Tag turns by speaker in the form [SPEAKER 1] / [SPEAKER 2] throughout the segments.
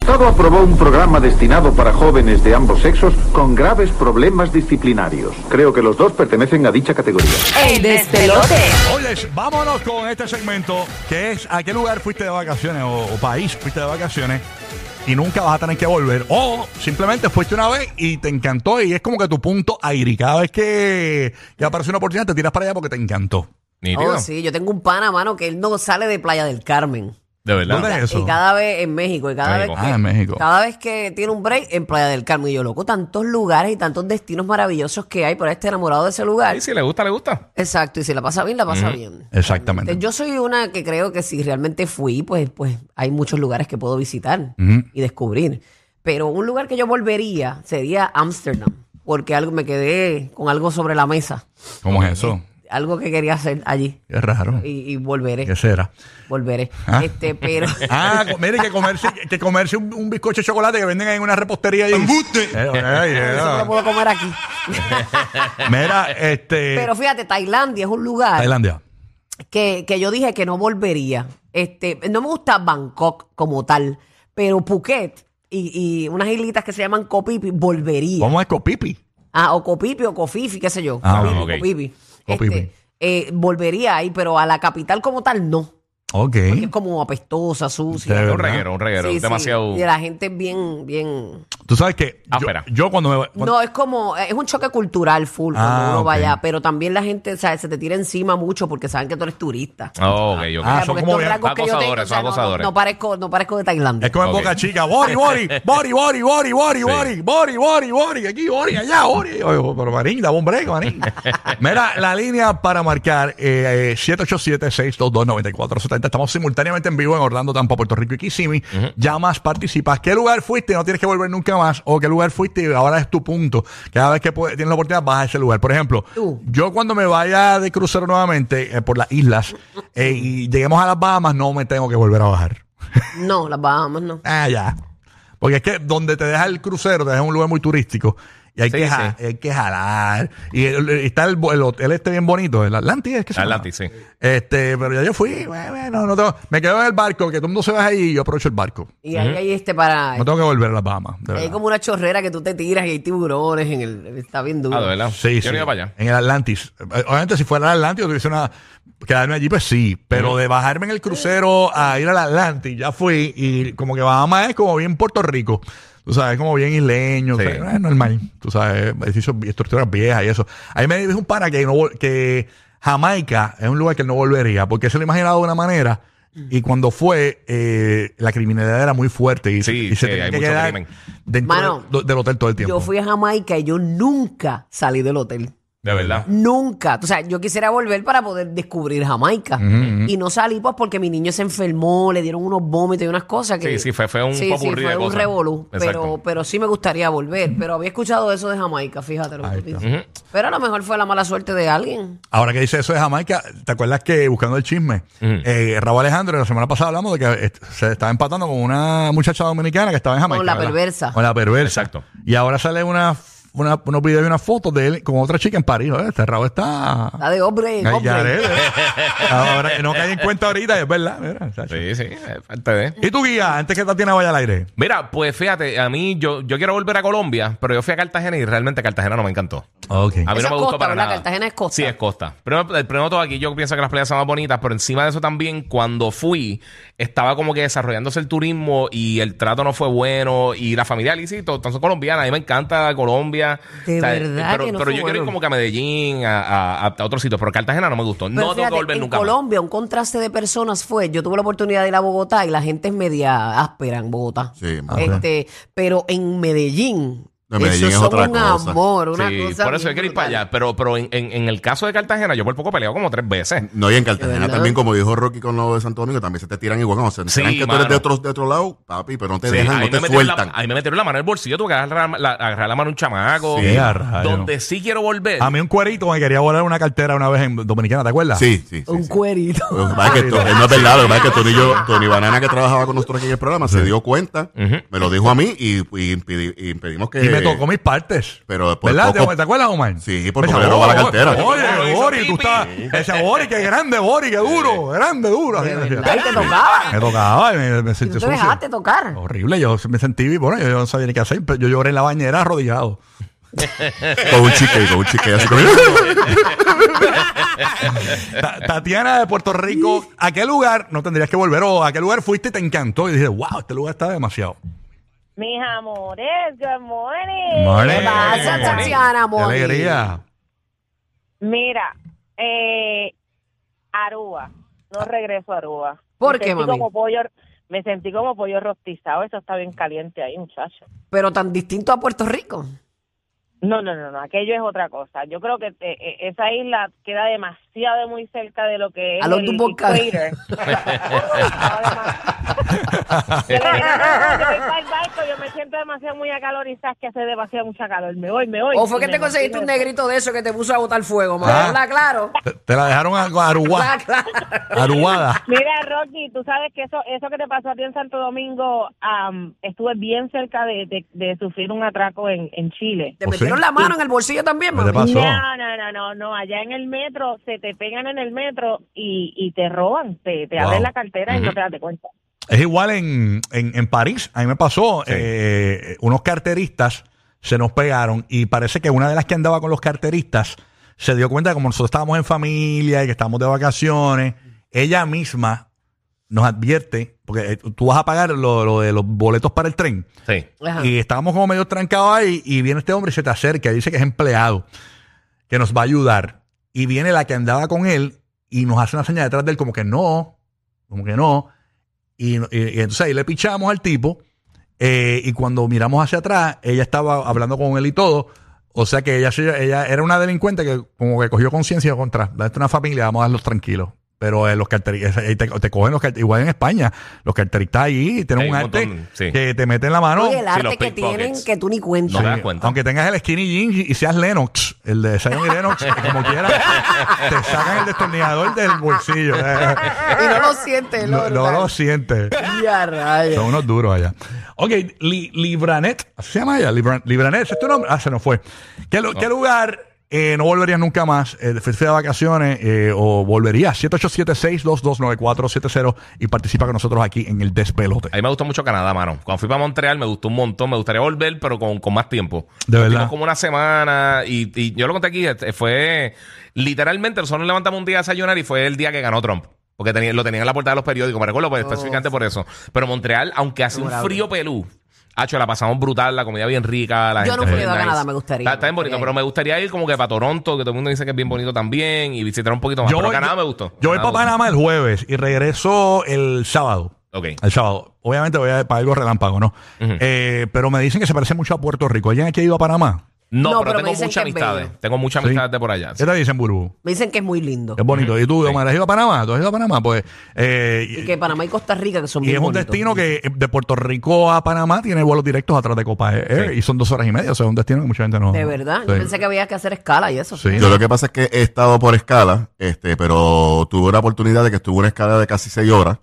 [SPEAKER 1] Estado aprobó un programa destinado para jóvenes de ambos sexos con graves problemas disciplinarios. Creo que los dos pertenecen a dicha categoría.
[SPEAKER 2] El despelote.
[SPEAKER 3] Oye, vámonos con este segmento que es a qué lugar fuiste de vacaciones o, o país fuiste de vacaciones y nunca vas a tener que volver. O simplemente fuiste una vez y te encantó y es como que tu punto aire. Cada vez que, que aparece una oportunidad te tiras para allá porque te encantó.
[SPEAKER 4] Nítido.
[SPEAKER 2] Oh, sí, yo tengo un pana, mano, que él no sale de Playa del Carmen.
[SPEAKER 4] De
[SPEAKER 3] ¿Dónde
[SPEAKER 4] verdad.
[SPEAKER 3] es eso?
[SPEAKER 2] Y cada vez en México, y cada
[SPEAKER 4] México.
[SPEAKER 2] vez que,
[SPEAKER 3] Ah, en México.
[SPEAKER 2] cada vez que tiene un break en Playa del Carmen. Y yo, loco, tantos lugares y tantos destinos maravillosos que hay para este enamorado de ese lugar.
[SPEAKER 4] Sí, si le gusta, le gusta.
[SPEAKER 2] Exacto, y si la pasa bien, la pasa bien.
[SPEAKER 3] Exactamente.
[SPEAKER 2] Yo soy una que creo que si realmente fui, pues, pues hay muchos lugares que puedo visitar y descubrir. Pero un lugar que yo volvería sería Ámsterdam, porque algo me quedé con algo sobre la mesa,
[SPEAKER 3] ¿Cómo es eso?
[SPEAKER 2] algo que quería hacer allí
[SPEAKER 3] Qué raro.
[SPEAKER 2] y, y volveré.
[SPEAKER 3] ¿Qué será?
[SPEAKER 2] Volveré.
[SPEAKER 3] Ah.
[SPEAKER 2] Este, pero.
[SPEAKER 3] Ah, co- mire, que comerse, que comerse un, un bizcocho de chocolate que venden ahí en una repostería. ahí. Eh, bueno, ahí, eh,
[SPEAKER 2] Eso me lo puedo comer aquí.
[SPEAKER 3] Mira, este.
[SPEAKER 2] Pero fíjate, Tailandia es un lugar
[SPEAKER 3] Tailandia.
[SPEAKER 2] que, que yo dije que no volvería. Este, no me gusta Bangkok como tal, pero Phuket y, y unas islitas que se llaman Copipi volvería.
[SPEAKER 3] ¿Cómo es Copipi?
[SPEAKER 2] Ah, o Copipi o Cofifi, qué sé yo.
[SPEAKER 3] Ah,
[SPEAKER 2] Copipi,
[SPEAKER 4] ok.
[SPEAKER 2] Copipi.
[SPEAKER 3] Copipi.
[SPEAKER 2] Este, eh, volvería ahí, pero a la capital como tal no.
[SPEAKER 3] Ok.
[SPEAKER 2] Porque es como apestosa,
[SPEAKER 3] De
[SPEAKER 2] sucia.
[SPEAKER 3] verdad.
[SPEAKER 4] Un reguero, un reguero.
[SPEAKER 2] Sí, sí.
[SPEAKER 4] Demasiado.
[SPEAKER 2] Y la gente es bien, bien.
[SPEAKER 3] Tú sabes que yo,
[SPEAKER 4] Áspera.
[SPEAKER 3] yo cuando me. cuando-
[SPEAKER 2] No, es como, eh, es un choque cultural full cuando
[SPEAKER 3] Ah,
[SPEAKER 2] uno
[SPEAKER 3] ok.
[SPEAKER 2] va allá, pero también la gente, ¿sabes? Se te tira encima mucho porque saben que tú eres turista.
[SPEAKER 4] Oh, ok,
[SPEAKER 2] O sea,
[SPEAKER 3] Ah, son
[SPEAKER 4] ok.
[SPEAKER 2] porque
[SPEAKER 3] como
[SPEAKER 2] estos
[SPEAKER 3] bien-
[SPEAKER 2] rasgos que yo tengo,
[SPEAKER 4] acosadores,
[SPEAKER 2] o sea,
[SPEAKER 4] son
[SPEAKER 2] no- no,
[SPEAKER 4] acosadores.
[SPEAKER 2] no parezco, no parezco de Tailandia.
[SPEAKER 3] Es como en
[SPEAKER 4] Ok.
[SPEAKER 3] Boca Chica, Bori, Bori, Bori, Bori, Bori, Bori, Bori, Bori, Bori, Bori, aquí, Bori, allá, Bori. Oye, Pero Marín, dame un break, Marín. Mira, la línea para marcar eh, eh, 787-622-9470. Estamos simultáneamente en vivo en Orlando, Tampa, Puerto Rico y Kissimmee. Llamas, participas. ¿Qué lugar fuiste? No tienes que volver nunca más. O qué lugar fuiste y ahora es tu punto. Cada vez que puedes- tienes la oportunidad, vas a ese lugar. Por ejemplo,
[SPEAKER 2] Tú.
[SPEAKER 3] yo cuando me vaya de crucero nuevamente eh, por las islas eh, y lleguemos a las Bahamas, no me tengo que volver a bajar.
[SPEAKER 2] No, las Bahamas no.
[SPEAKER 3] Ah, ya. Porque es que donde te deja el crucero, te deja en un lugar muy turístico. Y hay,
[SPEAKER 4] Sí,
[SPEAKER 3] que, ja- hay que jalar. Y el- el- está el, bo- el hotel este bien bonito, el Atlantis. ¿es que se llama?
[SPEAKER 4] Atlantis, sí.
[SPEAKER 3] Este, pero ya yo fui, bueno, no tengo- me quedo en el barco, que todo el mundo se baja ahí y yo aprovecho el barco.
[SPEAKER 2] Y ahí hay este para.
[SPEAKER 3] No tengo que volver a las Bahamas. de
[SPEAKER 2] Hay
[SPEAKER 3] verdad.
[SPEAKER 2] como una chorrera que tú te tiras y hay tiburones en el. Está bien duro.
[SPEAKER 4] Ah, de verdad.
[SPEAKER 3] Sí,
[SPEAKER 4] yo
[SPEAKER 3] sí.
[SPEAKER 4] no iba para allá.
[SPEAKER 3] En el Atlantis. Eh, Obviamente, si fuera el Atlantis, yo tuviese una. Quedarme allí, pues sí. Pero de bajarme en el crucero a ir al Atlantis, ya fui. Y como que Bahamas es como bien Puerto Rico. Tú sabes, como bien isleño.
[SPEAKER 4] Sí.
[SPEAKER 3] o sea, es normal. Tú sabes, edificios, estructuras viejas y eso. Ahí me dijo un para que, no, vol- que Jamaica es un lugar que no volvería. Porque se lo imaginaba de una manera. Y cuando fue, eh, la criminalidad era muy fuerte. Y,
[SPEAKER 4] Sí,
[SPEAKER 3] y se
[SPEAKER 4] sí,
[SPEAKER 3] tenía
[SPEAKER 4] hay
[SPEAKER 3] que
[SPEAKER 4] mucho
[SPEAKER 3] quedar
[SPEAKER 4] crimen.
[SPEAKER 3] dentro
[SPEAKER 2] Mano,
[SPEAKER 3] del, del hotel todo el tiempo.
[SPEAKER 2] Yo fui a Jamaica y yo nunca salí del hotel.
[SPEAKER 4] De verdad.
[SPEAKER 2] Nunca. O sea, yo quisiera volver para poder descubrir Jamaica. Y no salí pues porque mi niño se enfermó, le dieron unos vómitos y unas cosas que...
[SPEAKER 4] Sí, sí, fue- fue un
[SPEAKER 2] Sí, sí,
[SPEAKER 4] popurrí
[SPEAKER 2] fue
[SPEAKER 4] de
[SPEAKER 2] un
[SPEAKER 4] cosas.
[SPEAKER 2] revolú.
[SPEAKER 4] Exacto.
[SPEAKER 2] Pero, pero sí me gustaría volver. Pero había escuchado eso de Jamaica, fíjate lo que
[SPEAKER 3] Ahí
[SPEAKER 2] te
[SPEAKER 3] está.
[SPEAKER 2] digo. Pero a lo mejor fue la mala suerte de alguien.
[SPEAKER 3] Ahora que dice eso de Jamaica, ¿te acuerdas que buscando el chisme, eh, Raúl Alejandro, la semana pasada hablamos de que eh, se estaba empatando con una muchacha dominicana que estaba en Jamaica?
[SPEAKER 2] la
[SPEAKER 3] ¿verdad?
[SPEAKER 2] perversa.
[SPEAKER 3] Con la perversa.
[SPEAKER 4] Exacto.
[SPEAKER 3] Y ahora sale una, una, unos videos y unas fotos de él con otra chica en París. ¿eh? Este Raúl está.
[SPEAKER 2] La de hombre,
[SPEAKER 3] Ay,
[SPEAKER 2] hombre.
[SPEAKER 3] Yaret, ¿eh? Ahora que no cae en cuenta ahorita, es verdad. mira, chacho.
[SPEAKER 4] Sí, sí, es parte de.
[SPEAKER 3] ¿Y tu guía? Antes que Tatiana vaya al aire.
[SPEAKER 4] Mira, pues fíjate, a mí yo, yo quiero volver a Colombia, pero yo fui a Cartagena y realmente Cartagena no me encantó.
[SPEAKER 3] Ok.
[SPEAKER 4] A mí
[SPEAKER 2] Esa
[SPEAKER 4] no me
[SPEAKER 2] es
[SPEAKER 4] gustó
[SPEAKER 2] costa,
[SPEAKER 4] para
[SPEAKER 2] ¿verdad?
[SPEAKER 4] nada.
[SPEAKER 2] Cartagena es costa.
[SPEAKER 4] Sí, es costa. Pero el primero todo aquí, yo pienso que las playas son más bonitas, pero encima de eso también, cuando fui, estaba como que desarrollándose el turismo y el trato no fue bueno. Y la familia Licito, entonces colombiana, a mí me encanta Colombia.
[SPEAKER 2] De verdad
[SPEAKER 4] Pero,
[SPEAKER 2] que no
[SPEAKER 4] pero
[SPEAKER 2] fue
[SPEAKER 4] yo quiero ir
[SPEAKER 2] bueno.
[SPEAKER 4] como que a Medellín, a, a- a otros sitios, pero Cartagena no me gustó.
[SPEAKER 2] Pero
[SPEAKER 4] no tengo
[SPEAKER 2] fíjate,
[SPEAKER 4] que volver
[SPEAKER 2] en
[SPEAKER 4] nunca. más.
[SPEAKER 2] Colombia un contraste de personas fue, yo tuve la oportunidad de ir a Bogotá y la gente es media áspera en Bogotá.
[SPEAKER 5] Sí,
[SPEAKER 3] Ah,
[SPEAKER 2] este, pero en Medellín
[SPEAKER 5] No,
[SPEAKER 2] Eso
[SPEAKER 5] Medellín es
[SPEAKER 2] son
[SPEAKER 5] otra
[SPEAKER 2] un
[SPEAKER 5] cosa.
[SPEAKER 2] amor, una
[SPEAKER 4] Sí,
[SPEAKER 2] cosa.
[SPEAKER 4] por eso
[SPEAKER 2] bien
[SPEAKER 4] hay que ir para
[SPEAKER 2] brutal.
[SPEAKER 4] allá. Pero, pero en, en- en el caso de Cartagena, yo por poco he peleado como tres veces.
[SPEAKER 5] No, y en Cartagena
[SPEAKER 2] ¿Verdad?
[SPEAKER 5] también, como dijo Rocky con lo de Santo Domingo, también se te tiran igual. Cuando se
[SPEAKER 4] Sí,
[SPEAKER 5] enteran que tú eres
[SPEAKER 4] mano.
[SPEAKER 5] de otro, de otro lado, papi, pero no te
[SPEAKER 4] Sí,
[SPEAKER 5] dejan,
[SPEAKER 4] ahí
[SPEAKER 5] no
[SPEAKER 4] me
[SPEAKER 5] te
[SPEAKER 4] metieron la-
[SPEAKER 5] sueltan.
[SPEAKER 4] ahí me metieron la mano en el bolsillo, tuve que agarrar la, la- agarrar la mano a un chamaco.
[SPEAKER 5] Sí,
[SPEAKER 3] a rayos.
[SPEAKER 4] donde sí quiero volver.
[SPEAKER 3] A mí un cuerito me quería volar una cartera una vez en Dominicana, ¿te acuerdas?
[SPEAKER 5] Sí, sí, sí.
[SPEAKER 2] Un
[SPEAKER 5] sí.
[SPEAKER 2] cuerito.
[SPEAKER 5] Lo que pasa es que esto-
[SPEAKER 4] Ah,
[SPEAKER 5] no es verdad, lo que pasa es que Tony, y yo, Tony Banana, que trabajaba con nosotros aquí en el programa, se dio cuenta, me lo dijo a mí y, y impidi- y impedimos
[SPEAKER 3] Y me
[SPEAKER 5] que...
[SPEAKER 3] tocó mis partes.
[SPEAKER 5] Pero por
[SPEAKER 3] ¿Verdad?
[SPEAKER 5] poco-
[SPEAKER 3] ¿Te- ¿Te acuerdas, Omar?
[SPEAKER 5] Sí, por
[SPEAKER 3] Me
[SPEAKER 5] poco
[SPEAKER 3] decía,
[SPEAKER 5] le roba la
[SPEAKER 3] "Oh,
[SPEAKER 5] cartera".
[SPEAKER 3] Oye, Bori, tú
[SPEAKER 4] Sí.
[SPEAKER 3] estás. Ese Bori, qué grande, Bori, qué duro, grande, duro. Así
[SPEAKER 2] De
[SPEAKER 3] me decía.
[SPEAKER 2] verdad, y te tocaba.
[SPEAKER 3] Me tocaba y me, me
[SPEAKER 2] Y tú
[SPEAKER 3] sentí
[SPEAKER 2] te
[SPEAKER 3] sucio. Oh.
[SPEAKER 2] dejaste tocar.
[SPEAKER 3] Horrible, yo me sentí, bueno, yo no sabía ni qué hacer, pero yo lloré en la bañera arrodillado.
[SPEAKER 5] Con un chique, con un chique. Así como...
[SPEAKER 3] Ta- Tatiana de Puerto Rico, ¿a qué lugar no tendrías que volver o a qué lugar fuiste y te encantó? Y dije, wow, este lugar está demasiado.
[SPEAKER 6] Mis amores, good morning.
[SPEAKER 3] Morning.
[SPEAKER 2] ¿Qué pasa,
[SPEAKER 3] Eh,
[SPEAKER 2] Tatiana,
[SPEAKER 3] ¡Qué
[SPEAKER 2] amor?
[SPEAKER 3] alegría!
[SPEAKER 6] Mira, eh, Aruba. No regreso a Aruba.
[SPEAKER 2] ¿Por
[SPEAKER 6] Me
[SPEAKER 2] qué,
[SPEAKER 6] sentí
[SPEAKER 2] mami?
[SPEAKER 6] Como pollo, me sentí como pollo rostizado. Eso está bien caliente ahí, muchacho.
[SPEAKER 2] Pero tan distinto a Puerto Rico.
[SPEAKER 6] No, no, no, no. Aquello es otra cosa. Yo creo que eh, eh, esa isla queda demasiado muy cerca de lo que es
[SPEAKER 2] A lo
[SPEAKER 6] el
[SPEAKER 2] tu boca.
[SPEAKER 6] equator. Estaba demasiado- Yo le dije, no, no, no, yo voy para el barco, yo me siento demasiado muy acalorizada, es que hace demasiado mucha calor. Me voy, me voy.
[SPEAKER 2] ¿O fue
[SPEAKER 6] Y
[SPEAKER 2] que
[SPEAKER 6] me
[SPEAKER 2] te conseguiste un
[SPEAKER 6] mantuve-
[SPEAKER 2] negrito de eso que te puso a botar fuego? ¿Me
[SPEAKER 3] Ah.
[SPEAKER 2] habla claro?
[SPEAKER 3] Te, te la dejaron a-
[SPEAKER 2] Habla
[SPEAKER 3] arugada.
[SPEAKER 2] claro.
[SPEAKER 3] arugada.
[SPEAKER 6] Mira, Rocky, tú sabes que eso eso que te pasó a ti en Santo Domingo, am, estuve bien cerca de, de- de sufrir un atraco en, en Chile.
[SPEAKER 2] Te
[SPEAKER 3] ¿O ¿Oh, sí?
[SPEAKER 2] metieron la mano en el bolsillo también,
[SPEAKER 3] ¿Qué te
[SPEAKER 2] mami.
[SPEAKER 3] pasó?
[SPEAKER 6] No, no, no, no, no, allá en el metro, se te pegan en el metro y, y te roban, te, te
[SPEAKER 3] Wow.
[SPEAKER 6] abren la cartera y no te das de cuenta.
[SPEAKER 3] Es igual en, en, en París. A mí me pasó, eh, unos carteristas se nos pegaron y parece que una de las que andaba con los carteristas se dio cuenta de como nosotros estábamos en familia y que estábamos de vacaciones. Ella misma nos advierte, porque eh, tú vas a pagar lo, lo de los boletos para el tren.
[SPEAKER 4] Sí.
[SPEAKER 2] Ajá.
[SPEAKER 3] Y estábamos como medio trancados ahí y viene este hombre y se te acerca y dice que es empleado, que nos va a ayudar. Y viene la que andaba con él y nos hace una señal detrás de él como que no, como que no. Y, y- y entonces ahí le pichamos al tipo eh, y cuando miramos hacia atrás, ella estaba hablando con él y todo. O sea que ella, se- ella era una delincuente que como que cogió conciencia contra, "Esto es una familia, vamos a darlos tranquilos. Pero eh, los carteristas, te, te cogen los carter- igual en España, los carteristas ahí tienen
[SPEAKER 4] Hay
[SPEAKER 3] un
[SPEAKER 4] un
[SPEAKER 3] arte
[SPEAKER 4] montón, sí.
[SPEAKER 3] que te meten la mano.
[SPEAKER 2] Oye, el
[SPEAKER 4] Sí,
[SPEAKER 2] arte
[SPEAKER 4] los
[SPEAKER 2] que
[SPEAKER 4] pickpockets.
[SPEAKER 2] tienen que tú ni
[SPEAKER 4] No
[SPEAKER 2] cuentas.
[SPEAKER 4] te das cuenta.
[SPEAKER 3] Aunque tengas el skinny jean y- y seas Lennox, el de Zion y Lennox, como quieras, te sacan el destornillador del bolsillo. Eh,
[SPEAKER 2] Y no lo sientes,
[SPEAKER 3] no,
[SPEAKER 2] lo,
[SPEAKER 3] no lo sientes.
[SPEAKER 2] Ya, rayos.
[SPEAKER 3] Son unos duros allá. Ok, Li- Libranet, ¿así se llama ella? Libra- Libranet, ¿ese ¿es tu nombre? Ah, se nos fue. ¿Qué, lu- qué lugar eh, no volverías nunca más? Eh, fuiste de vacaciones eh, o volverías? 7876-229470 y participa con nosotros aquí en el despelote.
[SPEAKER 4] A mí me gustó mucho Canadá, mano. Cuando fui para Montreal me gustó un montón. Me gustaría volver, pero con, con más tiempo.
[SPEAKER 3] De verdad.
[SPEAKER 4] Estuvimos como una semana. Y, y yo lo conté aquí. este, Fue literalmente, nosotros nos levantamos un día a desayunar y fue el día que ganó Trump. Porque tenía- lo tenían en la portada de los periódicos. Me recuerdo
[SPEAKER 2] Oh,
[SPEAKER 4] pues, específicamente por eso. Pero Montreal, aunque hace un
[SPEAKER 2] Bravo.
[SPEAKER 4] frío pelú. Hacho, la pasamos brutal, la comida bien rica. La
[SPEAKER 2] Yo
[SPEAKER 4] gente
[SPEAKER 2] nunca he
[SPEAKER 4] bien
[SPEAKER 2] ido a
[SPEAKER 4] nice.
[SPEAKER 2] Canadá, me gustaría,
[SPEAKER 4] Está, está bien
[SPEAKER 2] me
[SPEAKER 4] bonito,
[SPEAKER 2] gustaría
[SPEAKER 4] pero
[SPEAKER 2] ir.
[SPEAKER 4] me gustaría ir como que para Toronto, que todo el mundo dice que es bien bonito también, y visitar un poquito más. pero
[SPEAKER 3] voy-
[SPEAKER 4] Canadá me gustó.
[SPEAKER 3] Yo voy
[SPEAKER 4] Canadá
[SPEAKER 3] para
[SPEAKER 4] me
[SPEAKER 3] Panamá el jueves y regreso el sábado.
[SPEAKER 4] gustó. Ok.
[SPEAKER 3] El sábado. Obviamente voy a para algo relámpago, ¿no?
[SPEAKER 4] Ujú.
[SPEAKER 3] Eh, pero me dicen que se parece mucho a Puerto Rico. ¿Alguien aquí ha ido a Panamá?
[SPEAKER 4] No,
[SPEAKER 2] No, pero me
[SPEAKER 4] pero, tengo
[SPEAKER 2] dicen
[SPEAKER 4] muchas
[SPEAKER 2] que es
[SPEAKER 4] amistades.
[SPEAKER 2] bello.
[SPEAKER 4] Tengo muchas
[SPEAKER 3] Sí.
[SPEAKER 4] amistades de por allá.
[SPEAKER 3] ¿Qué te dicen, Burbu?
[SPEAKER 2] Me dicen que es muy lindo.
[SPEAKER 3] Es bonito. ¿Y tú, Omar, has ido a Panamá? ¿Tú has ido a Panamá? Pues, eh,
[SPEAKER 2] Y que Panamá y Costa Rica, que son
[SPEAKER 3] y
[SPEAKER 2] bien
[SPEAKER 3] es un
[SPEAKER 2] bonitos.
[SPEAKER 3] destino que eh, de Puerto Rico a Panamá tiene vuelos directos atrás de Copa Air
[SPEAKER 4] Sí.
[SPEAKER 3] y son dos horas y media. O sea, es un destino que mucha gente no.
[SPEAKER 2] De verdad. Yo
[SPEAKER 3] Sí.
[SPEAKER 2] pensé que había que hacer escala y eso.
[SPEAKER 3] Sí.
[SPEAKER 5] Yo lo que pasa es que he estado por escala, este, pero tuve la oportunidad de que estuve una escala de casi seis horas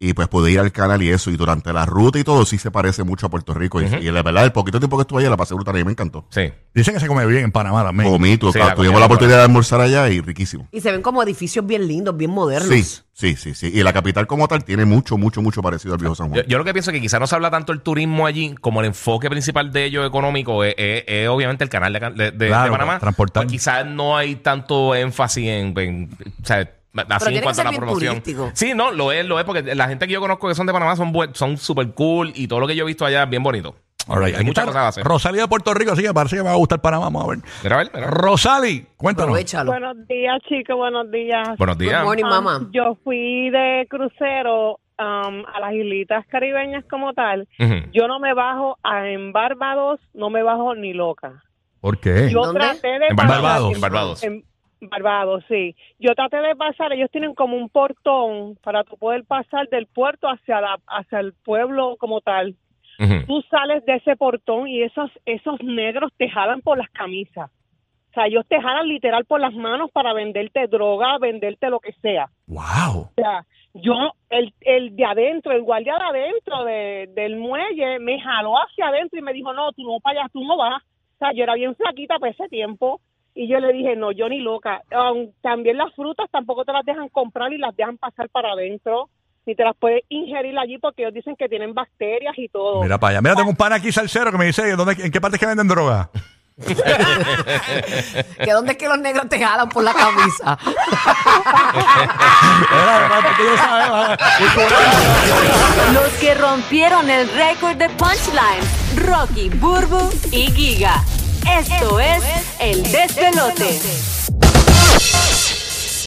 [SPEAKER 5] y pues pude ir al canal y eso. Y durante la ruta y todo sí se parece mucho a Puerto Rico. Y- Y, la verdad, el poquito tiempo que estuve allá la pasé brutal y me encantó.
[SPEAKER 4] Sí.
[SPEAKER 3] Dicen que se come bien en Panamá también.
[SPEAKER 4] Oh,
[SPEAKER 5] Comito,
[SPEAKER 4] Sí, la
[SPEAKER 5] claro, tuvimos
[SPEAKER 4] comida local.
[SPEAKER 5] la oportunidad de almorzar allá y riquísimo.
[SPEAKER 2] Y se ven como edificios bien lindos, bien modernos.
[SPEAKER 5] Sí, sí, sí, sí. Y la capital como tal tiene mucho, mucho, mucho parecido al viejo San
[SPEAKER 4] Yo,
[SPEAKER 5] Juan.
[SPEAKER 4] yo lo que pienso es que quizá no se habla tanto el turismo allí como el enfoque principal de ellos económico es, es- es obviamente el canal de, de- de
[SPEAKER 3] Claro,
[SPEAKER 4] Panamá.
[SPEAKER 3] transportar.
[SPEAKER 4] Pues quizás no hay tanto énfasis en, en- o sea, así
[SPEAKER 2] tiene que
[SPEAKER 4] en cuanto a
[SPEAKER 2] ser
[SPEAKER 4] la
[SPEAKER 2] bien
[SPEAKER 4] promoción.
[SPEAKER 2] turístico.
[SPEAKER 4] Sí, no, lo es, lo es, porque la gente que yo conozco que son de Panamá son buen- son super cool y todo lo que yo he visto allá es bien bonito.
[SPEAKER 3] All right.
[SPEAKER 4] Hay
[SPEAKER 3] Aquí
[SPEAKER 4] muchas
[SPEAKER 3] está
[SPEAKER 4] cosas a hacer.
[SPEAKER 3] Rosalía de Puerto Rico, así que parece que me va a gustar Panamá. Vamos a ver.
[SPEAKER 4] Mira, a ver, mira.
[SPEAKER 3] Rosali, cuéntanos.
[SPEAKER 2] Aprovechalo.
[SPEAKER 6] Buenos días, chicos, buenos días. Um,
[SPEAKER 4] Buenos días.
[SPEAKER 2] Good morning,
[SPEAKER 6] Ah,
[SPEAKER 2] mamá.
[SPEAKER 6] Yo fui de crucero um, a las islitas caribeñas como tal,
[SPEAKER 4] Ujú.
[SPEAKER 6] yo no me bajo a, en Barbados, no me bajo ni loca.
[SPEAKER 3] ¿Por qué?
[SPEAKER 6] Yo
[SPEAKER 2] ¿Dónde?
[SPEAKER 6] traté de
[SPEAKER 4] En
[SPEAKER 6] pasar-
[SPEAKER 4] Barbados. En Barbados.
[SPEAKER 6] en Barbados, sí. Yo traté de pasar, ellos tienen como un portón para tú poder pasar del puerto hacia la, hacia el pueblo como tal.
[SPEAKER 4] Ujú.
[SPEAKER 6] Tú sales de ese portón y esos esos negros te jalan por las camisas. O sea, ellos te jalan literal por las manos para venderte droga, venderte lo que sea.
[SPEAKER 3] ¡Wow!
[SPEAKER 6] O sea, yo, el, el de adentro, el guardia de adentro de- del muelle, me jaló hacia adentro y me dijo, no, tú no para allá, tú no vas. O sea, yo era bien flaquita para ese tiempo. Y yo le dije, no, yo ni loca. Aun- también las frutas tampoco te las dejan comprar y las dejan pasar para adentro. Ni te las puedes ingerir allí porque ellos dicen que tienen bacterias y todo.
[SPEAKER 3] Mira para allá. Mira, tengo un pan aquí salsero que me dice ¿dónde, en qué parte es que venden droga.
[SPEAKER 2] ¿Que dónde es que los negros te jalan por la camisa?
[SPEAKER 3] Mira, para que yo sabe,
[SPEAKER 7] Los que rompieron el récord de punchline, Rocky, Burbu y Giga. Esto es el despelote.